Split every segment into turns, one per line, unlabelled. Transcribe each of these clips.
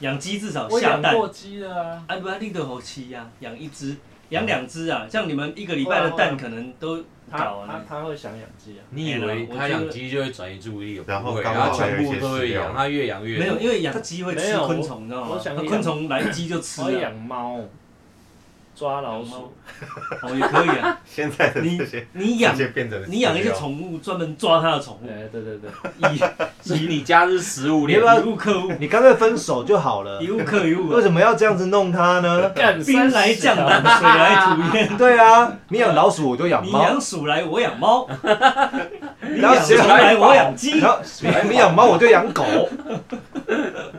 养鸡至少
我
哦下
养
蛋，
过鸡的啊，
啊，不啊，你都好吃呀，养一只，养两只啊，像你们一个礼拜的
会啊会啊
蛋可能都
他
搞
他
啊，
他会想养鸡啊，
你以为他养鸡就会转移注意力？
然后
不会，
刚
他
好
全
有
部
一些
都
吃
会
掉
养，他越养越
没有，因为养鸡会
没
吃
有
昆虫，你知道
我
吗？
想
那
养
昆虫来鸡就吃
我会
啊，
养猫，抓老鼠，
哦，也可以啊，
现在的
你
这些
你
直
养
接变成
你养一些
饲料
宠物，专门抓它的宠物，
哎，对对 对，
以
所 以你家是食物
你
链
要不，要
以物克物，
你干脆分手就好了
以，物克一物
为
啊，
什么要这样子弄它呢？
干
兵来将挡，水来土掩。
对啊， 你养老鼠我就养
你
猫，
养鼠来，我养猫；你
然后
养
谁
虫来，我养鸡。
然后哎你你养猫我就养狗，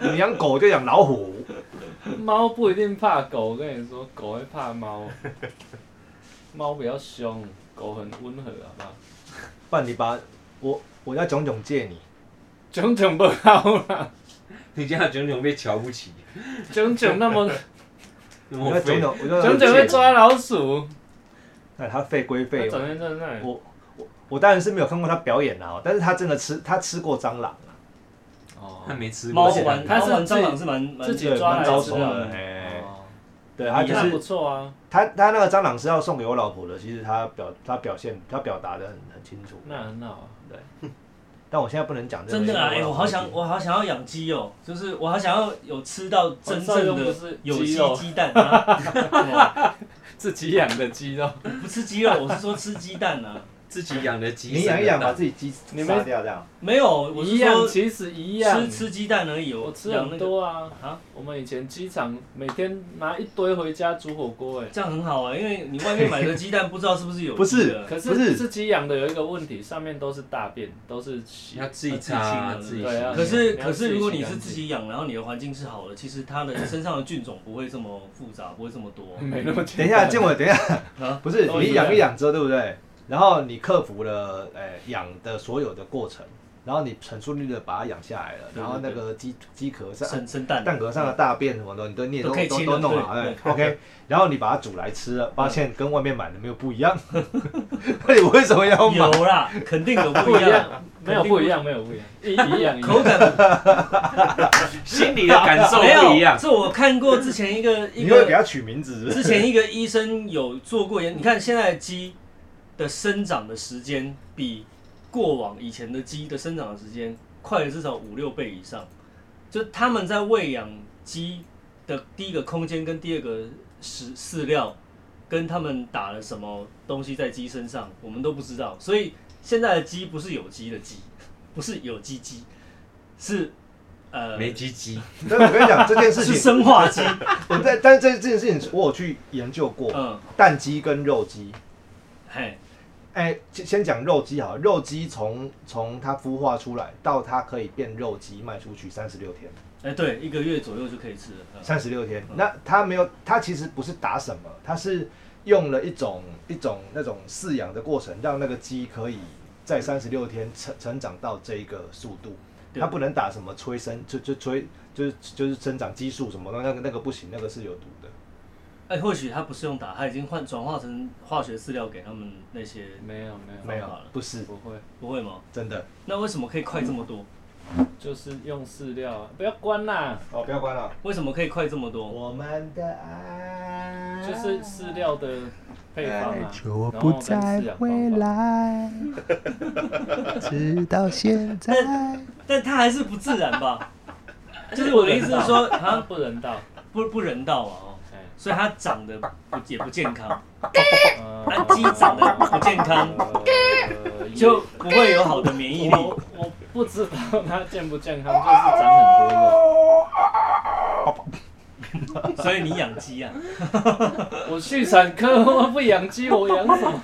你养狗就养老虎，
猫不一定怕狗，我跟你说，狗会怕猫。猫比较凶，狗很温和，好不好？
不然你把我我要炯炯借你，
炯炯不啊好啦，
你家炯炯被瞧不起，
炯炯 那么
那
我
么
要炯
废。
炯我就
炯炯会抓老鼠，
那他废归
它
废，
整天在那里。
我我我当然是没有看过他表演啦、但是他真的吃他吃过蟑螂啊，
他
哦，
没吃
猫
过，
玩，
它
猫
是
玩
自
蟑
己
螂是蛮蛮
自己
对，
抓
蛮
来
招
吃
虫
的
的，哎，
啊
哦
对他
你
就
看
那不
是
错啊，
他他那个蟑螂是要送给我老婆的，其实他表他表现他表达的很很清楚，
那很好啊。
但我现在不能讲这个
真的啊！哎、
因为
我
老
好
婆
想，
听
我好想要养鸡哦，就是我好想要有吃到真正
我知道哦又不
的
是
有
鸡
机
肉
鸡蛋啊！什 么
自己养的鸡肉，
不吃鸡肉，我是说吃鸡蛋啊。
自己养的鸡，
你养一养，把自己鸡
你们
杀掉这样，
没有，我是
一样
说
其实一样
吃。吃鸡蛋而已。
我吃
养
很
那个，
多啊
啊！
我们以前机场每天拿一堆回家煮火锅，哎，
这样很好啊、因为你外面买的鸡蛋不知道是不是有
不是
机的
可
不
是
是
自己养的有一个问题，上面都是大便，都是血
要自己擦，自己
对啊
洗。
可是
你要
可
自
是，
己
如果
洗
你
干
是
净
自己养，然后你的环境是好的，其实它的身上的菌种不会这么复杂，不会这么多。
没那么简
等
单。
一下，建伟，等一下，
啊，
不是
都一
你
样
养一养之后，对不对？然后你克服了呃养的所有的过程，然后你很顺利的把它养下来了，
对对
然后那个鸡鸡壳上
生生蛋
蛋壳上的大便什么的，你都你也
都
都
可以
都
清
都
了
弄好，
对嗯
哎，OK。然后你把它煮来吃了，发现跟外面买的没有不一样， 那你为什么要买？
有啦，肯定有不
不
一
一
样。
样，没有不一样，没有不一样，一一样一
口
样。
感
心里的感受
没
不一
有，
样，
这我看过之前一 个一
你会给
个
它取名字是不是？
之前一个医生有做过研，你看现在的鸡的生长的时间比过往以前的鸡的生长的时间快了至少五六倍以上，就他们在喂养鸡的第一个空间跟第二个食饲料，跟他们打了什么东西在鸡身上，我们都不知道，所以现在的鸡不是有机的鸡，不是有机鸡，是呃
没鸡鸡，
但是我跟你讲这件事
是
情，
生化鸡，
我在但是这这件事情我有去研究过，
嗯，
蛋鸡跟肉鸡。
嘿，
哎，先先讲肉鸡好了，肉鸡从从它孵化出来到它可以变肉鸡卖出去三十六天，
哎，对，一个月左右就可以吃了。嗯
三十六天
嗯。
那它没有，它其实不是打什么，它是用了一种一种那种饲养的过程，让那个鸡可以在三十六天成成长到这一个速度。
对
它不能打什么催生，就就催就是就是生长激素什么的，那个那个不行，那个是有毒的。
哎，或许它不是用打，它已经换转化成化学饲料给他们那些，
没有没有
没有
好了，
不是
不会，
不会吗？
真的。
那为什么可以快这么多？
就是用饲料啊，不要关啦，
哦，不要关了。
为什么可以快这么多？
我们的爱
就是饲料的配方
哎
啊，
就
然
不
后跟
再
饲养
回
方法。
来，直到现 在。
但它还是不自然 吧？就
就是
我的意思是说，
它
它
啊不人道，
不不人道啊，哦，
哎，
所以它长得不也不健康，
呃
它鸡长得不健 康，
呃
就不会有好的免疫力。
我我不知道它健不健康，就是长很多肉。
所以你养鸡啊？
我去产科，我不养鸡，我养什么？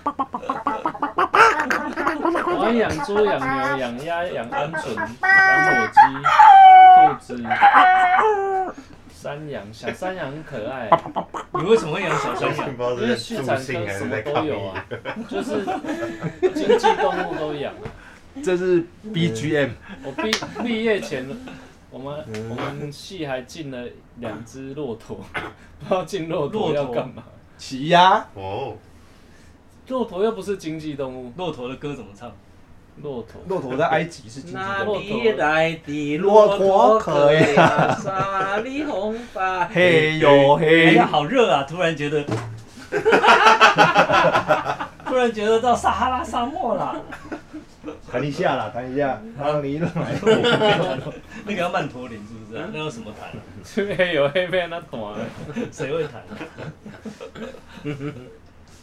我要养猪、养牛、养鸭、养鹌鹑、养火鸡、兔子、山羊。小山羊很可爱，
你为什么会养小山
最近
羊？
不知道
因为
是
去
在
产科
助兴还
什
是
么
在
都
抗议
有。啊，就是经济动物都养。
这是 BGM，
我毕毕业前，我们我们系还进了两只骆驼， 不知道进骆驼要干嘛。
起鸭。
哦，
骆驼又不是经济动物。
骆驼的歌怎么唱？
骆驼，
骆驼在埃及是几只
那
的？
里
啊
来的
骆
骆
驼
驼
可
可
以
以啊，沙里红吧。
嘿呦
哎
嘿
呀，，好热啊！突然觉 得，突然觉得到撒哈拉沙漠啦。
弹一下啦，弹一下，让你一来。
那个要曼陀林是不是
嗯
啊、那要什么弹啊？
黑有黑被那短，
谁会 弹啊？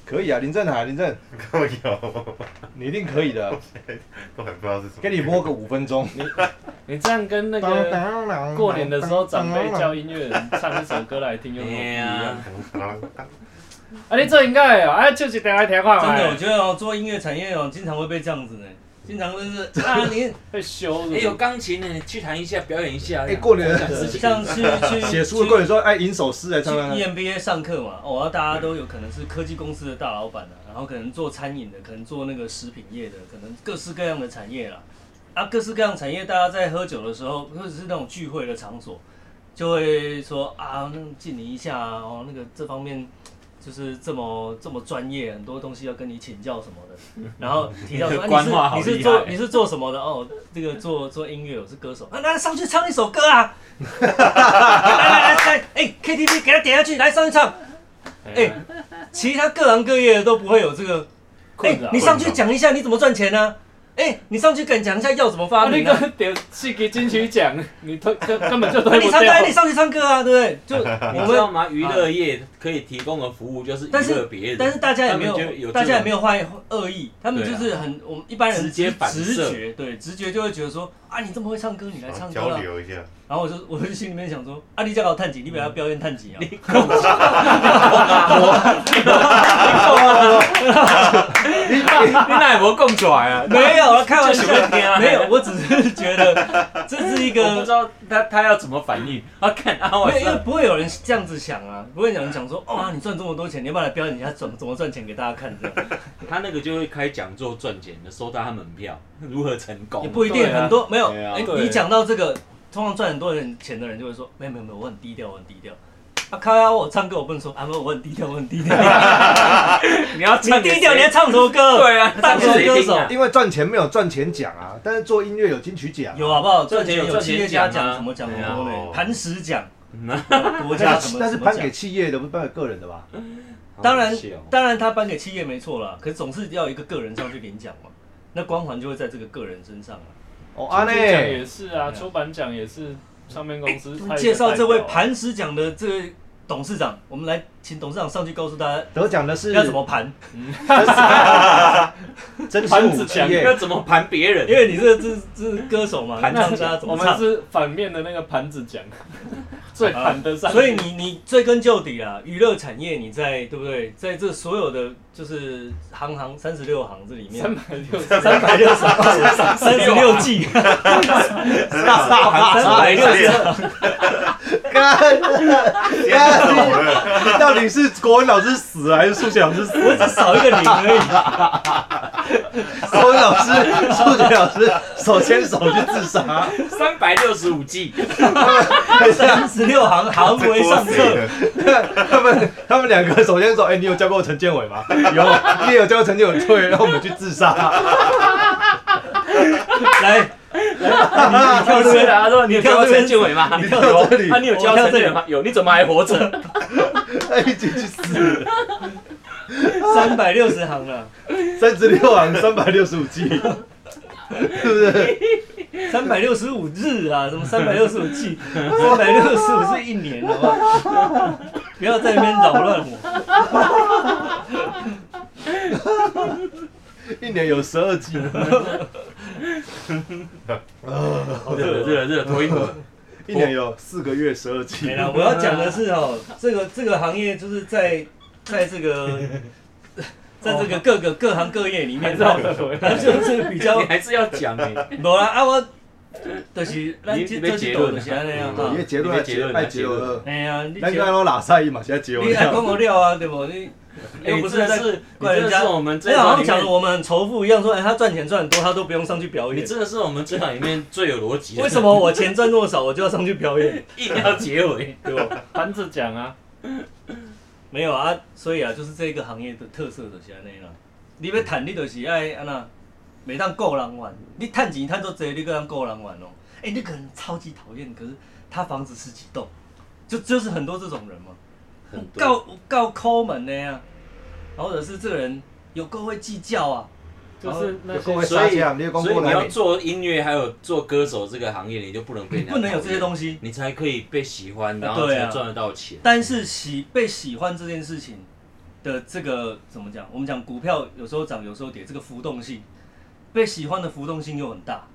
可以啊，林振海，林振，
够有，
你一定可以的，
根 本不知道是什么。
给你播个五分钟。
你这样跟那个过年的时候长辈叫音乐人唱一首歌来听有什么不一
哎
样？
呀，
啊，你做应该的哦，啊，就是等来听看啊
真的，我
嘛，
觉得哦，做音乐产业哦，经常会被这样子呢。经常 就是啊，你
会羞辱
哎，有钢琴呢，去弹一下，表演一下。
哎，过年的
像 去去
写书的过年说，哎，吟首诗来
去 E
唱唱看。
EMBA 上课嘛，哦，然后大家都有可能是科技公司的大老板啊，然后可能做餐饮的，可能做那个食品业的，可能各式各样的产业啦。啊，各式各样产业，大家在喝酒的时候，或者是那种聚会的场所，就会说啊，那敬你一下啊，哦，那个这方面就是这么这么专业，很多东西要跟你请教什么的。然后提到说，
官话
啊、
好
你是你是
厉
做
害
你是做什么的？哦，这个做做音乐，我是歌手。啊，那上去唱一首歌啊！来来来来，哎、k t v 给他点下去，来上去唱。
哎
哎、其他各行各业的都不会有这个。哎、
困扰
你。上去讲一下你怎么赚钱呢、哎、你上去敢讲一下药怎么发
啊，那
明啊？
个点戏给金曲奖，你推根根本就
啊
推
你
不
唱歌，
掉
哎。你上去唱歌啊，对不对？就
你
我
知道
们，
吗？娱乐业可以提供的服务就是娱
但是
乐别人，
但是大家也没
他们就有这
有，
种
大家也没有坏恶意，他们
对
就
啊
是很我们一般人
直接反射
直觉，对直觉就会觉得说啊，你这么会唱歌，你来唱歌
交
了。
流一下，
然后我就我就心里面想说，啊，你这搞探景，你不
嗯
要表演探景啊。
你哪有共出来啊？
没有啊，开玩笑
就是这，样
没有，我只是觉得这是一
我不
个
知道他他要怎么反应。啊，看啊，我
没有，因为
是
不会有人这样子想啊，不会有人讲说，哇，你赚这么多钱，你要不要来表演一下怎么怎么赚钱给大家看？这样
他那个就会开讲座赚钱的，收到他门票， 如何成功？
也不一定，
对啊
很多没有。
对啊
哎
对
你讲到这个，通常赚很多人钱的人就会说，没有没有没有，我很低调，我很低调。啊，靠啊！我唱歌我不能说啊，没有我很低调，我很低调。
你 要
你
唱给
低调，你
谁
还唱什么歌？
对啊，
大
唱
学
给谁
歌
听
手
啊？
因为赚钱没有赚钱奖啊，但是做音乐有金曲奖。
有好啊不好？赚
赚钱
钱
有
有企业家
赚钱奖啊
奖，什么奖很多
对啊
嘞？磐石 奖、
嗯啊
国家
但
什
是
么？
但是
什么
颁
奖
给企业的，不是颁给个人的吧？
当然
好笑哦
当然他颁给企业没错啦，可是总是要有一个个人上去领奖嘛，那光环就会在这个个人身上了。
哦，阿
金曲奖
内
也是啊，出版奖也是唱片公司派的代表啊。
介绍这位磐石奖的这位董事长，我们来请董事长上去告诉大家
得奖的是
要怎么盘，
真
潘
实
子
武企
强
业
要。怎么盘别人
因？为你这这这是歌手嘛，
盘
你
石
让大家怎
我
么
们
唱。
是反面的那个盘子奖，最盘得 上。
所以你你追根究底啦，娱乐产业你在对不对？在这所有的就是行行三十六行这里面
三，百六十
三百六十三十六计，
盘
三百六十
干
先走了，
到底是国文老师死还是数学老师死？
我只少一个零而已。
国文老师、数学老师手牵手去自杀，
三百六十五计，
三十六行行不会哎上课，
哎
了，
他们他们两个手牵手。哎、你有教过陈建伟吗？有，你也有教过陈建伟，对，让我们去自杀。
来来，你跳 这
是
边，
啊，说你有
跳
教
这边
陈建伟吗？
你到这里
啊，，你有教陈建伟吗？有，你怎么还活着？
一起去死。
三百六十行啊了，
三十六行，三百六十五计，是不是？
三百六十五日啊，什么三百六十五季，三百六十五是一年，好不好？不要在那边扰乱 我。
一年有十二计。
热了热了热了，头晕了。
一年有四个月十二期
没，了，我要讲的是哦，这个这个行业就是在在这 个。在这个各个各行各业里面，它就是比较
你还是要讲 哎，
无啦啊，我就是咱
你
这
你要
这
结
是
论
就
啊
是安尼啊，哈
因为结论要结爱结论二，
哎呀，你
那
结
就按我拉塞嘛，现在结
你
论
还讲我料啊，对不？你
又不是是，你
怪
真
人
的
家
是我们
这
这
好像
场里
讲
面
的，我们很仇富一样，说哎他赚钱赚很多，他都不用上去表
你
演。
真的是我们这场里面最有逻辑的。
为什么我钱赚多少，我就要上去表演？
硬要结尾？
对吧？
盘子奖啊，
没有啊，所以啊，就是这个行业的特色就是安尼啦。你要谈，你就是爱安那每当够人玩，你探钱探做贼，你个人够人玩哦。哎、那个人超级讨厌，可是他房子十几栋，就就是很多这种人嘛。
很多
告告抠门的呀、或者是这个人有够会计较啊，
就是那
有各位
些
所以
杀价你就讲
所以
过
你
来
要做音乐，还有做歌手这个行业，你就不能被人家
不能有
讨
这
厌
些东西。
你才可以被喜欢，然
啊
后
对
才
啊
赚得到钱。
但是喜被喜欢这件事情的这个怎么讲？我们讲股票有时候涨，有时候跌，这个浮动性，被喜欢的浮动性又很大，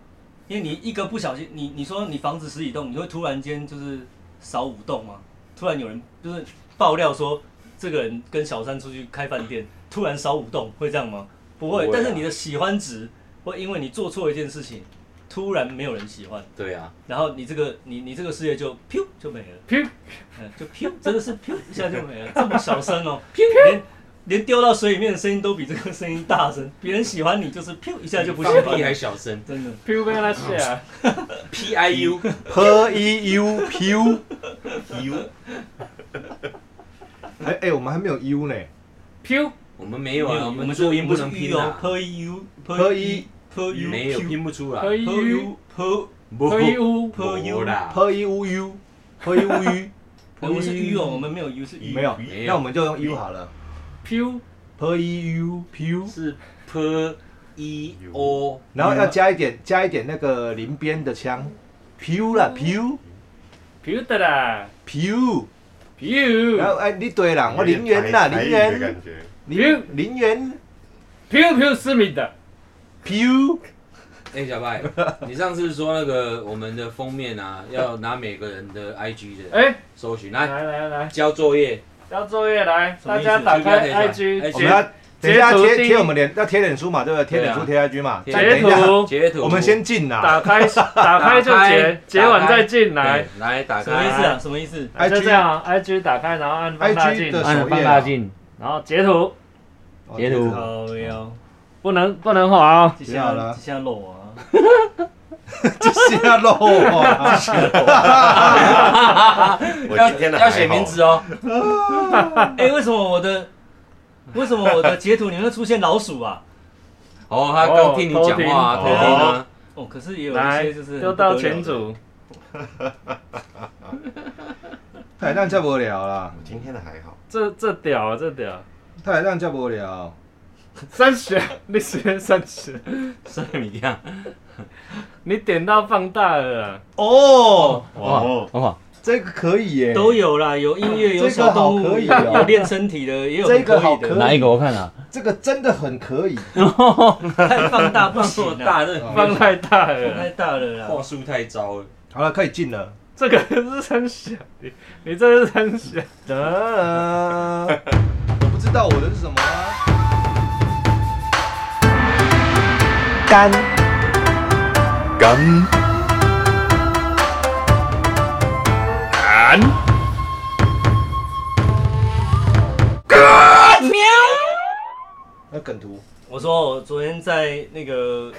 因为你一个不小心，你你说你房子十几栋，你会突然间就是少五栋吗？突然有人就是爆料说这个人跟小三出去开饭店，突然少五栋，会这样吗？不会，
不会啊
但是你的喜欢值会因为你做错一件事情，突然没有人喜欢，
对啊，
然后你这个你你这个事业就噗就没了。
噗
嗯，就噗，真的是噗一下就没了，这么小声哦，连连丢到水里面的声音都比这个声音大声，别人喜欢你就是噗一下就不喜
放
欢
屁还
你，
小声
真的。
噗被他下，
，P I U，
，P E U P U，
U
哎哎，我们还没有 U 呢
噗
我们没有啊，
我
我
们
们
说
注音不
是
能
U
拼
哦
啊，
，per u
Per
per
i-
per u
没有拼不出来，
可以
per
可
u per
不
以乌，
per
没
u
啦，
，P E U U，P E U U，
我们是 u 哦，我们没有 u 是 u，
没有，
没有
那我们就用 U 好了
噗
，P E U P U，
是 P E O，
然后要加一点加一点那个邻边的腔，P U 啦 P U
噗的啦
P U，然后
，pew
哎你对啦，我林园啦林
的
园
感 觉，
林林园
pew pew 思密达
P U，
哎，小白，你上次说那个我们的封面啊，要拿每个人的 I G 的
哎，
搜寻来
来来来，
交作业，
交作业来，
什么
大
意思
家打开
这个可以
IG
出
我们
来
要等一下
截图
贴
第一啊
贴我们脸要贴脸书嘛，对不对？贴脸书贴 I G 嘛，
贴哎
再
截
等一下
图，
截图，
我们先进啦
打开打开就截，截完再进来
对。来打
什么意
开，
思啊？什么意思？
啊就
IG
这样啊，IG 打开，然后按放大
IG
镜，
的
按
哎
首
放
页
大
啊，
镜，然后截图，
哦
截图
好
哦哟，
不能不能滑哦。
这
不要
下
了
这下漏啊！
这下漏啊，
我
要
今天的
要
还
写
好
名字哦，
哎，为什么我的为什么我的截图里面会出现老鼠啊？
哦，他刚听你讲话啊，
哦
偷听 啊，
哦，可是也有一
来
些就是，
丢到群主，
太让叫无聊啦，
今天的还好，
这这屌啊，这屌，
太让叫无聊。
三十，你随便三十，
像你一样，
你点到放大了啊，
哦，
哦，
哇，
这个可以耶，
都有啦，有音乐，有小动
这个
物，
好可以哦
有练身体的，也有
这个
很
好
可以
可以
的，
哪一
个我看啊？
这个真的很 可以。
太放大不
这么
行啦，
大，这
放太大了
太
啊，
大了啦。哦
话术太糟了，
好了，可以进了。
这个是三小，你你这是三小，
哒 我不知道我的是什么啊，
干
干
那梗图
我说我昨天在那个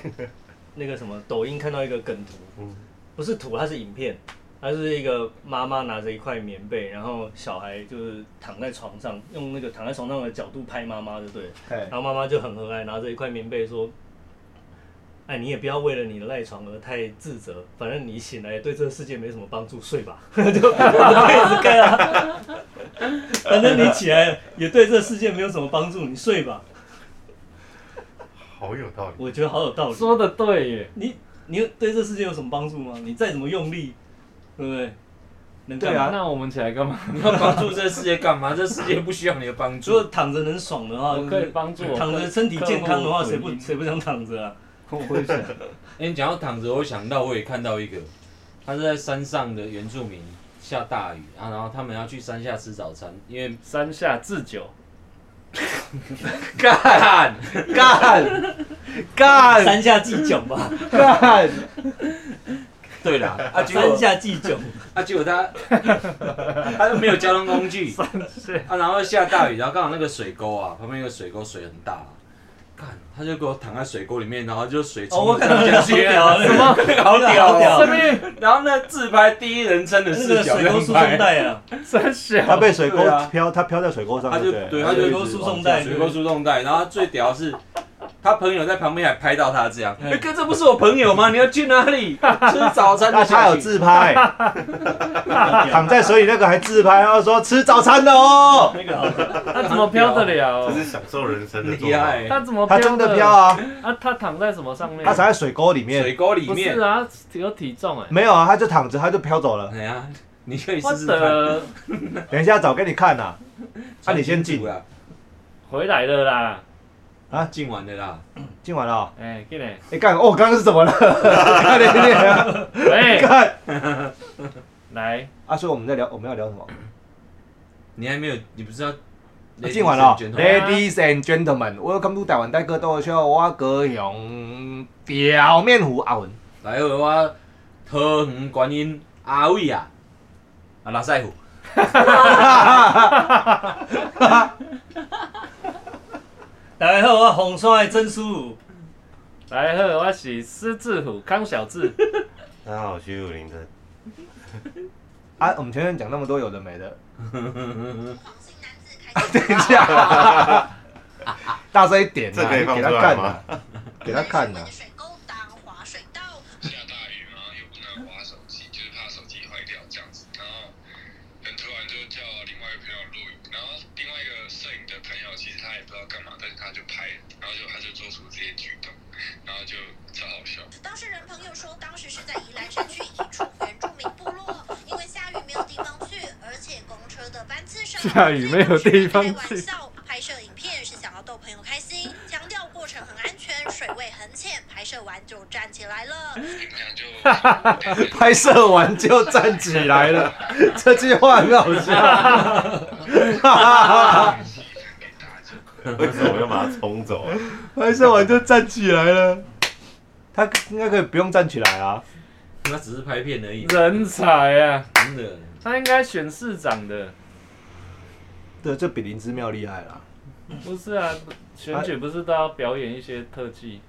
那个什么抖音看到一个梗图
嗯，
不是图，它是影片，它是一个妈妈拿着一块棉被，然后小孩就是躺在床上，用那个躺在床上的角度拍妈妈，就对了。
哎
然，后妈妈就很和蔼，拿着一块棉被说：“哎，你也不要为了你的赖床而太自责，反正你醒来也对这个世界没什么帮助，睡吧。”就就被子盖了。反正你起来也对这个世界没有什么帮助，你睡吧。
好有道理，
我觉得好有道理。
说的对耶，
你你有对这世界有什么帮助吗？你再怎么用力，对不对？能干
对啊
嘛？
那我们起来干嘛？
你要帮助这世界干嘛？这世界不需要你的帮
如果
助，
躺着能爽的话，
我可
就
以
是
帮助我
躺着
客
身体健康的话，谁
客户
不
回应
谁不想躺着啊？
我会想，
哎，你讲到躺着，我想到我也看到一个，他是在山上的原住民。下大雨啊，然后他们要去山下吃早餐，因为
三下自 九，
干
干干
啊
三下祭囧吧，
干，
对啦，啊结
三
果
下祭囧。
啊结果他 他就没有交通工具，啊，然后下大雨，然后刚好那个水沟啊，旁边有个水沟，水很大、看他就给我躺在水沟里面，然后就水
哦，
冲
我
我
看到
上
了
下
好
去，
屌啊，什么？
好屌
好屌
哦！
什么
然后那自拍第一人称的
那
视
个
角
水沟
在
输送
拍，
带啊，
三小，
它被水沟
对啊
飘，它飘在水沟上，
他就
对不
对
对？
他就
水
一
沟
直
输
往
送带
水沟输送带，然后他最屌的是他朋友在旁边还拍到他这样，
嗯
哎哥，这不是我朋友吗？你要去哪 里吃早餐？
那他有自拍， 躺在水里那个还自拍，然后说吃早餐的哦，
那个
他怎么飘得了
这？是享受人生的
厉
做法。
害，
他怎么
他真的飘？啊，
啊，他躺在什么上面？
他躺在水沟里面，
水沟里
不
面
是，啊，有体重哎。
没有啊，他就躺着，他就飘走了。
哎呀，你可以
我
试试看。
的
等一下找给你 看呐，啊
穿
你先
清
进
楚啦，
回来了啦！
啊，
进完的啦，
进完了哦，
哎，进来，
哎干，哦，刚刚是怎么了？ 看你你 啊
喂，
干
来，
啊，所以我们在聊，我们要聊什么？
你还没有，你不知道。
啊进完了哦。
Ladies and gentlemen
Ladies and gentlemen, welcome to 台湾代哥逗秀，我高雄表面虎阿文。
来个我桃园观音阿伟啊，啊拉塞虎，
大家好，我红帅真舒服。
来好，我是狮子虎康小智，
大家好，我是武林的。
啊，我们前面讲那么多有的没的， 等一下啦， 大声一点啊，
这可以放
给
出
他
来
看
吗
啊，给他看 啊。
水沟当滑水道。
下大雨嘛，又不能滑手机，就是怕手机坏掉这样子。然后很突然就叫另外一个朋友录影，然后另外一个摄影的朋友其实他也不知道干嘛，但是他就拍，然后就他就做出这些举动，然后就超好笑。
当事人朋友说，当时是在宜兰山区移出原住民部落，因为下雨没有地方去，而且公车的班次少，
下雨没有地方去
所以开玩笑， 拍摄影片是想要逗朋友开心，强调过程很安全，水位很浅，拍摄完就站起来了。
你们俩就
拍摄完就站起来 了，这句话很好笑。
为什么要把它冲走 啊？
拍摄完就站起来了，他应该可以不用站起来啊。
他只是拍片而已，
人才啊！
真的。
他应该选市长的，
对，这比灵芝庙厉害啦。
不是啊？选举不是都要表演一些特技？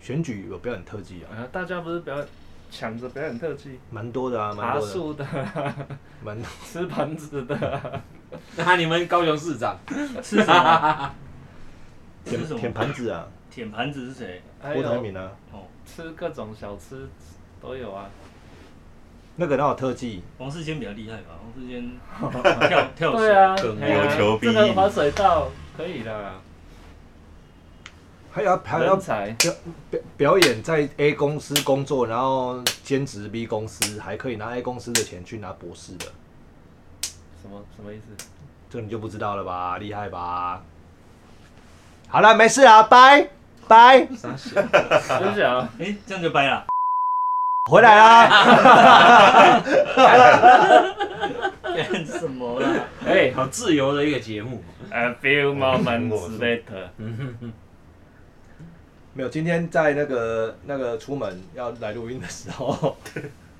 选举有表演特技啊，
啊，大家不是表演抢着表演特技，
蛮多的啊，蛮
爬
多的，
树的啊，
蛮多。
吃盘子的啊，
那你们高雄市长，
吃什么？吃什
舔
么？
舔盘子啊，
舔盘子是谁？
还
郭台
有
铭啊，
吃各种小吃都有啊。
那个哪有特技？
王世坚比较厉害吧？王世 坚跳跳水
对啊，
梗
哎呀
有求
这
必应
个滑水道可以啦，
还要还要
人才。
表表演在 A 公司工作，然后兼职 B 公司，还可以拿 A 公司的钱去拿博士的，
什么什么意思？
这你就不知道了吧？厉害吧？好了，没事啊，拜拜，
傻小，
真想
哎、这样就掰了。
回来啦。
干什么啦？
哎
好自由的一个节目。
，A few moments later，
没有，今天在那个那个出门要来录音的时候，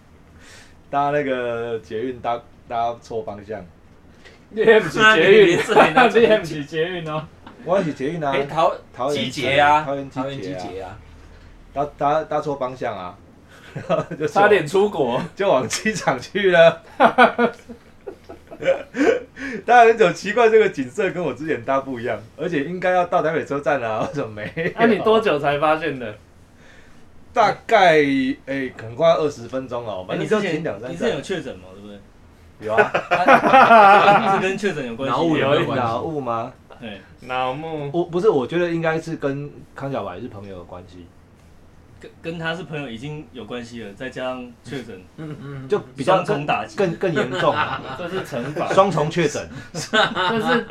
搭那个捷运搭搭错方向，
你也不是捷运， 你也不是捷运哦。
我是捷运啊，
哎，桃
桃园
集结啊，
桃园集结啊
桃园集结啊，
搭搭搭错方向啊， 然后就
差点出国，
就往机场去了。 大家很久奇怪这个景色跟我之前搭不一样，而且应该要到台北车站啊，为什么没？
那、你多久才发现的？
大概诶、可能快二十分钟哦，
哎
反
你
正
之
就
前
停两
你
三
之前
站
有。确诊吗？对 不对？
有啊，
啊是跟确诊有关
脑雾
系
有
吗。
有
没有关系
脑雾吗？
对，
脑木
我不是，我觉得应该是跟康小白是朋友的关系，
跟跟他是朋友已经有关系了，再加上确诊，
就比
嗯
较
双重
更
打击
更更严 重啊，
这是乘法，
双重确诊。
这是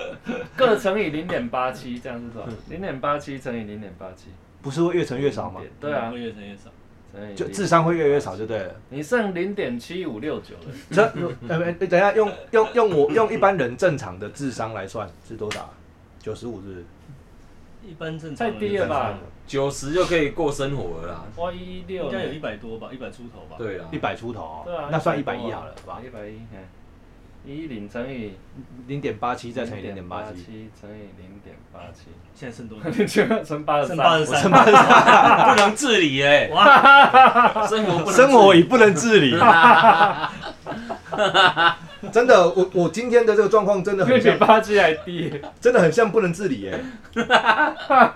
各乘以零点八七，这样是多少？零点八七乘以零点八七，
不是会越乘越少 吗？
对啊
会，越乘越少。
乘以
就
0.87
智商会越来越少就对了。
你剩零点七五六九了，
这呃，呃等一下用用用我用一般人正常的智商来算是多少啊？九十五是不是？
一般正常
太
人
低了吧？
九十就可以过生活了啦。
我一一
应
六
该有一百多吧，一百出头吧。，
对 啦
一，百出头哦、
对啊，
那算一百一好了，好吧？
一百一，嗯，一零乘以
零点八七再乘以零点八七，
七乘以零点八七，
现在剩 多少？
你就要乘八十
剩
三，
八十三。
不能自理哎，
哇，
生活不能自理
生活已不能自理，真的，我我今天的这个状况真的
因为
很
比
像，
八 G 还低耶，
真的很像不能自理耶、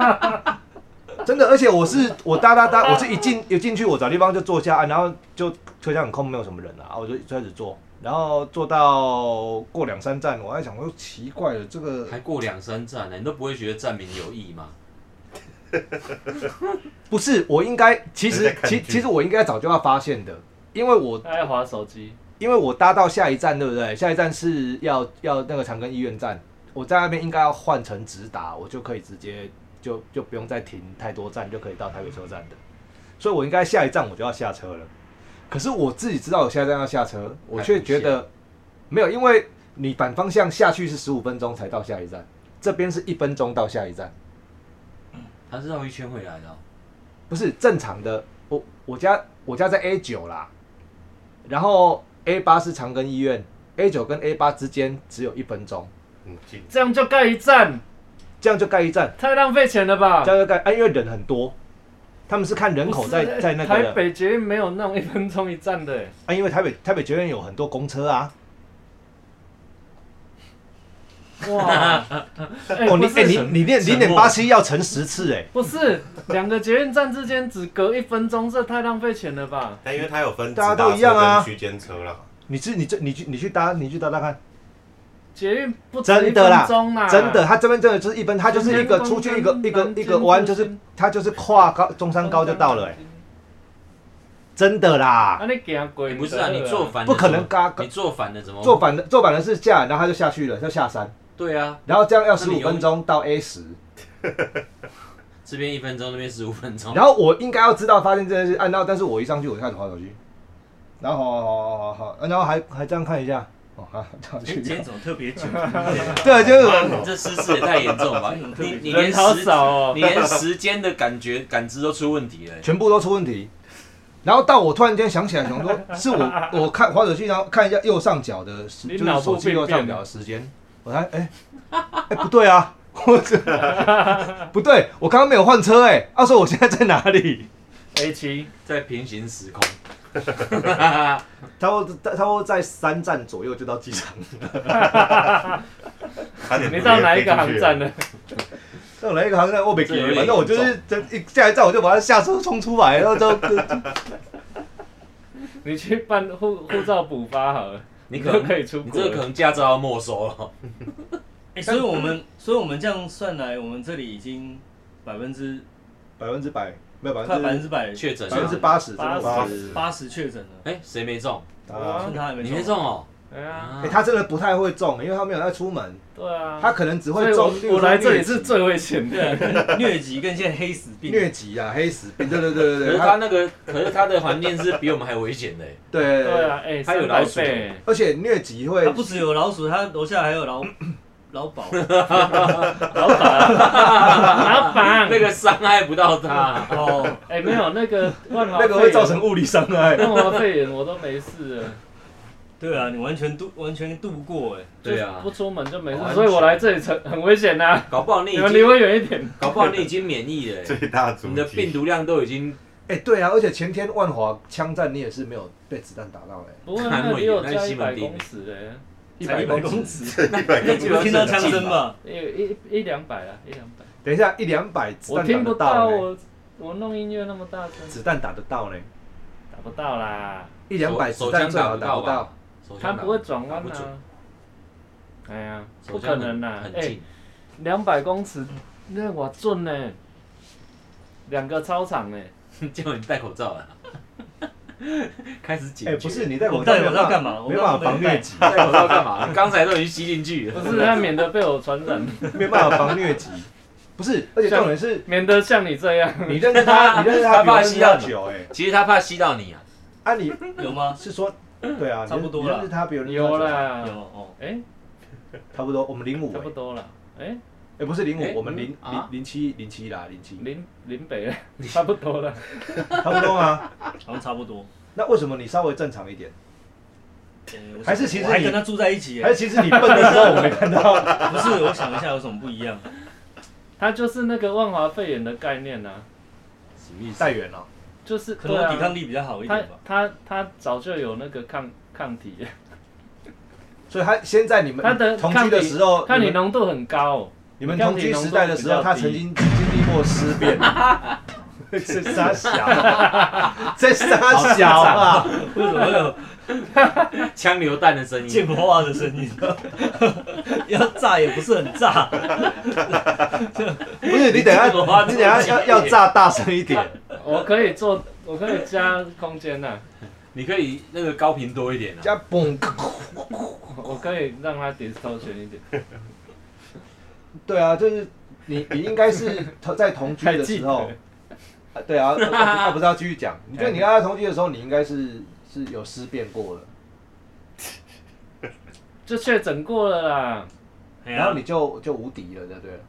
真的，而且我是我哒哒哒，我是一进一进去，我找地方就坐下，啊然后就车厢很空，没有什么人啊，我就开始坐，然后坐到过两三站，我还想说奇怪了，这个
还过两三站呢、你都不会觉得站名有意吗？
不是我应该，其实
在看
其
剧
其实我应该早就要发现的，因为我
他在划手机，
因为我搭到下一站，对不对？下一站是要要那个长庚医院站，我在那边应该要换成直达，我就可以直接就就不用再停太多站，就可以到台北车站的。所以我应该下一站我就要下车了。可是我自己知道我下一站要下车，我却觉得没有，因为你反方向下去是十五分钟才到下一站，这边是一分钟到下一站。
他是绕一圈回来的哦、
不是正常的。我我家我家在 A 九啦，然后 A 八是长庚医院，A 九跟 A 八之间只有一分钟，
很近，
这样就盖一站，
这样就盖一站，
太浪费钱了吧？
这样就盖。啊，因为人很多，他们是看人口
不
在
是
在那
台
个的
北捷运没有那种一分钟一站的耶，
啊，因为台北台北捷运有很多公车啊。
哇！哎
哦，你
不
哎、
是
你你练零点八七要乘十次哎、
不是两个捷运站之间只隔一分钟，这太浪费钱了吧？
但因为它有分
大家都一样啊
直达车跟区间车啦，
你这你这你去你去搭你去搭搭看，
捷运不止一
真的
分
啦
钟啦，
真的，他这边真的就是一分，他就是一个
中间
出去一个
跟
一个
南
一
京
个弯，就
中
是
间
他就是跨高中山高就到了哎、真的啦。
啊，你行过
哎不是啊，你坐反的
不可能
怎么
嘎嘎
你坐反了怎么
坐？反的坐反的是下来，然后他就下去了，就下山，
对啊，
然后这样要
那
十
你
五
有
分钟到 A 十，
这边一分钟，那边十五分钟。
然后我应该要知道发现这件事，按、啊、到，但是我一上去我就开始划手机，然后好好好好好，然后还还这样看一下，哦，好，这样
今
去，
天怎么特别久？对
对，啊就是
你这失事也太严重了 吧？
真的
你你连
人好
时
少哦，
你连时间的感觉感知都出问题了欸、
全部都出问题。然后到我突然间想起来，想说是我我看滑手机，然后看一下右上角的时，
你
就是
脑部
手机
病
右上
变
角
了
的时间，我才哎哎不对啊，我这不对，我刚刚没有换车哎、啊，说我现在在哪里？
A 七
在平行时空，
差不多在差不多在三站左右就到机场。
差 点
你到哪一个航站
呢？
呢？
到来一个航站，我没记
这有，点
反正我就是这一下一站我就把它下车冲出来，然后就
你去办护护照补发好了，
你
你
可
就
能
可以出
你
国
这个可
了。
能驾照要没收了。
哎，所以我们，所以我们这样算来，我们这里已经百分之
百分之百没有百
快百
分
分
之
之百
确诊
百分之
了，
八十，真
八
的
十
八
八
十
十。
八十确诊了，
哎、谁没中？
啊
剩他还没
你
中。
没中哦、
对啊，
哎，他真的不太会中，因为他没有在出门，
对啊，
他可能只
所
会
以
中
我。
例如说
我来这里是最危险
对啊，
的，
跟 疟疾跟现在黑死病，
疟疾啊，黑死病，对对对对
可是
对，
他
他
那个，可是他的环境是比我们还危险的欸、
对对
对
对，
啊，哎，
他有
三百
老鼠
倍
而且疟疾会
他不只有老鼠，他楼下还有老 老鸨。
老板，老板，
那个伤害不到他。
哦，
哎没有那 个万华
那个会
肺炎
造成物理伤害。
万华肺炎我都没事了，
对啊，你完全度完全度过哎，
对啊
就不，出门就没
好安
事，
全
所以我来这里很很危险呐，
搞不好你
你
已
们离
经，
我远一点。
搞不好你已经免疫了欸、
最大主
你的病毒量都已经
哎，对啊，而且前天万华枪战你也是没有被子弹打到嘞，
不会，
看
那
我
离我
那
家
西
一
门
百
町
公尺哎嘞，
一
才
百
一
公
百
尺
公。尺，
一百
那
公
只
尺
有听到枪声吧？
有一一两百啊，一两百。
等一下一两百子
我
弹
听
打
不
得到
到，
欸
嘞。
我我弄音乐那么大声，
子弹打得到呢，
打不到啦，
一两百
手手
子弹
枪
最
打
好
不
打
到
不到
吧。？手
他
枪打
不会转
打
弯
不准，
啊。哎呀，
手
不
枪
可
很
能啦
很，
哎
近，，
两百公尺，那我准呢，两个操场呢，
叫你戴口罩了， 开始解
哎、
决。
不是你戴口
我
罩
戴
没
口罩干
办
嘛？
法，
我
没办法
刚刚
防疟
戴
疾，
戴口罩干嘛？刚才都已经吸进去
不
了。
是他免得被我传染，
没办法防疟疾。 不是，而且重点是
免得像你这样。
你认识他，你认识
他
他比我
怕
认识
吸到
他
你
久哎、
其实他怕吸到你啊，
啊，你
有吗？
是说对啊，
差不多
你
啦
认识他比我认识他久
有，
有
啦，
哦，
哎，
差不多，我们零五
差
哎
不，多啦，哎，
哎不是零
哎
五，我们零
啊
零零七零七啦，零七，
林林北了，差不多了。
差不多 啊。
好像差不多。
那为什么你稍微正常一点？
哎我
还是其实
我还
你
跟他住在一起
还
哎
是，其实你笨的时候我没看到？
不是？我想一下有什么不一样？
它就是那个万华肺炎的概念啊，
什么意思？
带远了，
就是
可能
对
我
啊
抵抗力比较好一
他
点吧。
他他早就有那个抗抗体，
所以他先在你们
他的
同居的时候，
看
哦你
你
们
浓度很高哦。
你们
抗
同
体
居
浓
时
度
代的
比
时
较
候，他
低
曾经经历过尸 变。这傻小， 这傻小啊！
为什么会有
枪榴弹的声音
剑，花的声音？ 要炸也不是很炸，
不啊是你等一下，
我要
你等一下要要炸大声一点。
我可以做，我可以加空间啊呐、
你可以那个高频多一点啊。
加嘣，
我可以让它 distortion 一点。
对啊，就是你，你应该是同在同居的时候
还记，
啊对啊，那不是要继续讲？你觉得你跟他同居的时候，你应该是是有思变过了，
就确诊过了啦，
哎
然
呀
后你就就无敌了，对不对？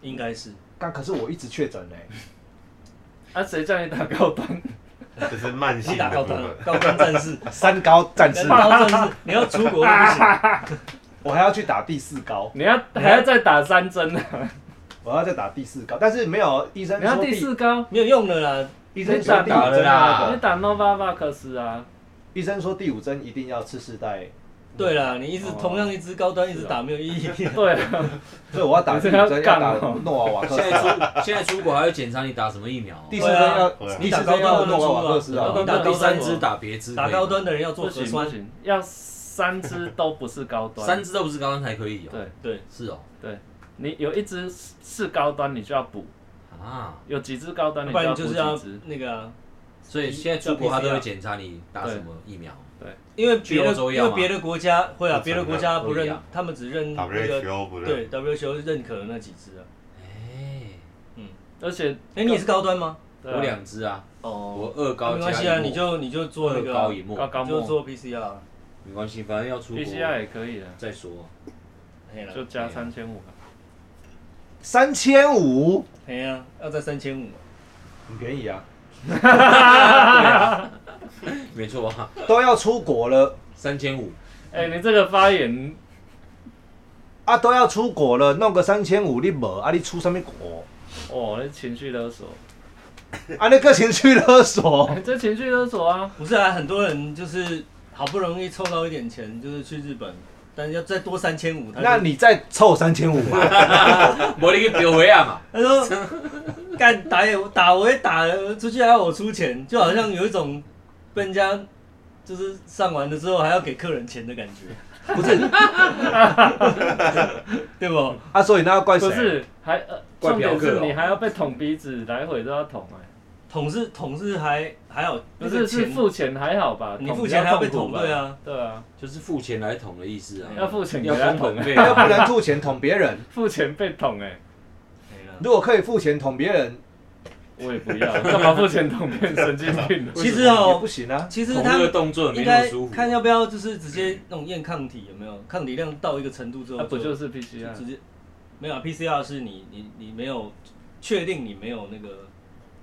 应该是
但可是我一直确诊嘞，欸
啊谁叫你打高端？
这是慢性
你打
的
高
部
端
分，
高端战士，
三高战士，
高端战士，你要出国都不行。
我还要去打第四高，
你要还要再打三针呢、啊
我要再打第四高，但是没有医生
你要
说
第四高，
没有用的啦，
医生
你
说
打
第
打
五
了
针
啦
啊
要那
你
个
打 Novavax 啊，
医生说第五针一定要次世代，
对啦，你一直
哦
同样一支高端一直打没有意义。
对啊，
所以我要打第五
你这个要
针要打
杠哦
诺瓦瓦克
现
斯啊
在出现在出国还会检查你打什么疫苗啊，
第四针要
对啊
第四针要诺瓦瓦克斯
高
啊
端，
你
打
打
高
第
端
三支打别支可以吗，
打高端的人要做
不
核
行不
酸，
行，要三支都不是高端，
三支都不是高端才可以哦。
对，
对，
是哦，
你有一支是高端，你就要补；
啊，
有几支高端，
不然
你就要
你
补
就是要
几支。
那个啊，
所以现在出国他都会检查你打什么疫苗，
因为别的
去欧洲
因
要吗
为别的国家会啊，
不承认
别的国家不
不一
认
样，
他们只认那个
WHO 不
对
认，
WHO 认可的那几支啊。
哎，
而且
哎，你也是高端吗？
对啊
我两支啊，我
哦，
二高
没关系
加
啊，
一
你就你就做那
二
个啊
高，一末
高，高
就
莫
做 PCR 啊。
没关系，反正要出国
PCR 也可以的，
再说。
嘿啦
就，加
对啊
三千五。
三千五，
嘿呀，要在三千五，
很便宜啊，
没错 啊，
都要出国了
三千五，
哎、你这个发言，
啊，都要出国了，弄个三千五你无啊，你出什么国？
哦，那情绪勒索，
啊，那个情绪 勒索
哎、，这情绪勒索啊！
不是啊，很多人就是好不容易凑到一点钱，就是去日本，但是要再多三千五，他就
那你再凑三千五啊？
我你去丢回啊嘛，
他说 干打也打我也打了，出去还要我出钱，就好像有一种被人家就是上完了之后还要给客人钱的感觉，
不是
对不？
啊，所以那要怪谁？
不是，还呃，
怪
重
嫖
点
客哦
是你还要被捅鼻子，来回都要捅哎、
捅是捅是还还好，
不
那个
是是
钱
付钱还好吧？
你
捅
付
比
钱
较
还要被
痛
捅，
苦吧
对，啊，
对啊，
就是付钱来捅的意思啊，
要付钱给
要
他
封
捅
本
哎、
费
要
啊，
不能付钱捅别人，
付钱被捅哎、
没了
如果可以付钱捅别人，
我也不要，干嘛付钱捅变神经病
啊
了？
其实哦
也不行啊。
其实
捅
他
那个
们
动作没
应
那么
该
舒服，
看要不要就是直接那种验抗体有没有，抗体量到一个程度之
那
后
不就是是
直
PCR？
接没有、啊、PCR 是你你你没有确定你没有那个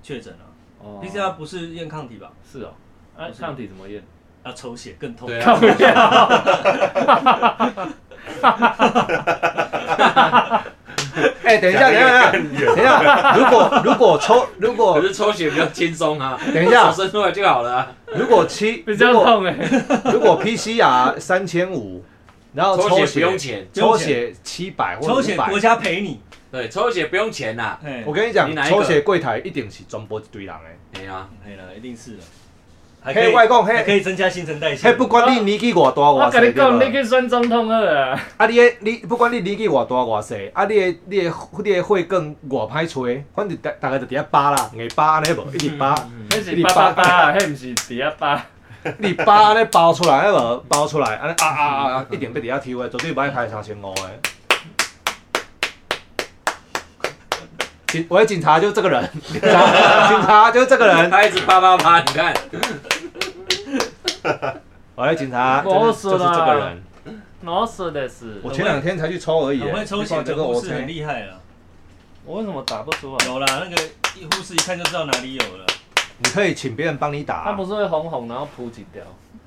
确诊啊、
哦
p c r 不是验抗体吧？
是哦，啊
不，是
抗体怎么验？
要抽血更痛。
对啊，
哎，等一下，等一下，等一下，等一下。如果如果抽，如
可
果
是抽血比较轻松啊，
等一下
手伸出来就好了啊，
如果七，
比较
如果
痛哎、
如果 PCR 三千五，然后
抽血
抽
不用，钱，
哦抽血七百或
抽
五
血
百
国。家赔你。
对，抽血不用钱啊呐，
哎
我跟你讲
你，哪一个
抽血柜台一定是专播一堆人的，
哎呀，
嘿啦，一定是的。
啊
还可
嘿，
以，
我讲
还可
嘿，
以增加新陈代谢。
嘿，不管你年纪偌大
我
偌
跟
细，
你讲，
对
你
吧？
去选总统好了啊，
啊，你的你不管你年纪偌大偌细，啊，你的你的你的血更偌歹吹，反正大大概就伫遐扒啦，硬扒安尼无，一直扒，
那是八八八啊，那不是底下八。
一直扒安尼包出来，安尼无包出来，安尼啊啊啊啊，一定要伫遐抽的，绝对不爱开三千五的。警，我的警察就是这个人，警察警察就是这个人，
他一直啪啪啪，你看，
我的警察就是就是这个人。
老死的是，
我前两天才去抽而已，
很会抽血的
这个
护
我
士很厉害啊了。
我为什么打不出啊来？
哦有啦，那个一护士一看就知道哪里有了。
你可以请别人帮你打。
他不是会红红，然后扑几条？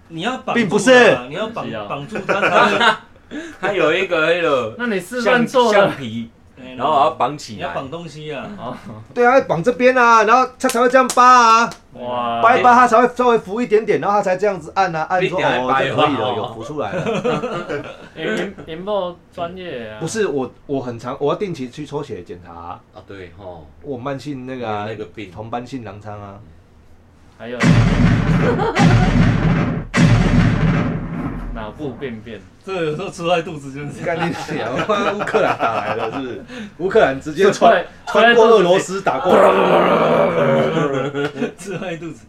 你要绑住啊，
并不是
你要绑
是啊
绑住他才会。
他有一个那个哎
那你示
橡
范错
橡
了，
皮，
哎
然后把它绑起
你
来
要，绑东西啊，
对啊，绑这边啊，然后他才会这样扒啊，
哇，
扒一扒他才会稍微浮一点点，然后他才这样子按啊按
你
说
点来
哦，
扒
这
有
可以
吧
了，有浮出来了。
欸研研报专业啊，
不是我，我很常我要定期去抽血检查，
啊，对吼，
我慢性那个啊，
那个病
同班性狼疮啊，
还有脑部便便，
这个有时候出在肚子就是这样。
干你娘！乌克兰打来了是不是？乌克兰直接
是
穿
穿
穿过俄罗斯打过来，
吃坏肚子。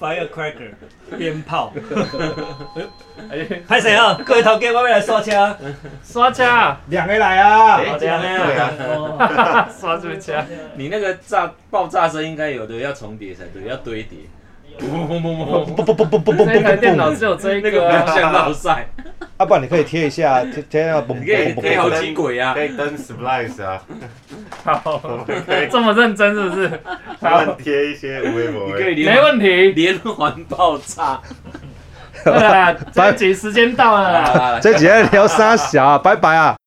Firecracker 鞭炮，
哎、欸，
拍谁啊？各位头家，我要来刷车。啊
刷家，
两个来啊！
好的，啊，
刷什么家？
你那个炸爆炸声应该有的要重叠才对，要堆叠，
不不不不不不
这
不
一台电脑
不
只有这一
那个
个、
不要
啊，
像绕赛，
啊！不然你可以贴一下，贴贴那个嘣
你可以
嘣
可以
嘣
好
嘣。
几轨啊
可，以登 splice 啊，
好，这么认真是不是？好
乱，贴一些微博
你。可
没
以连
问 题。
连环爆炸，
对啦，这一集时间到了啦。
啊
这几天聊啥小啊？拜拜啊！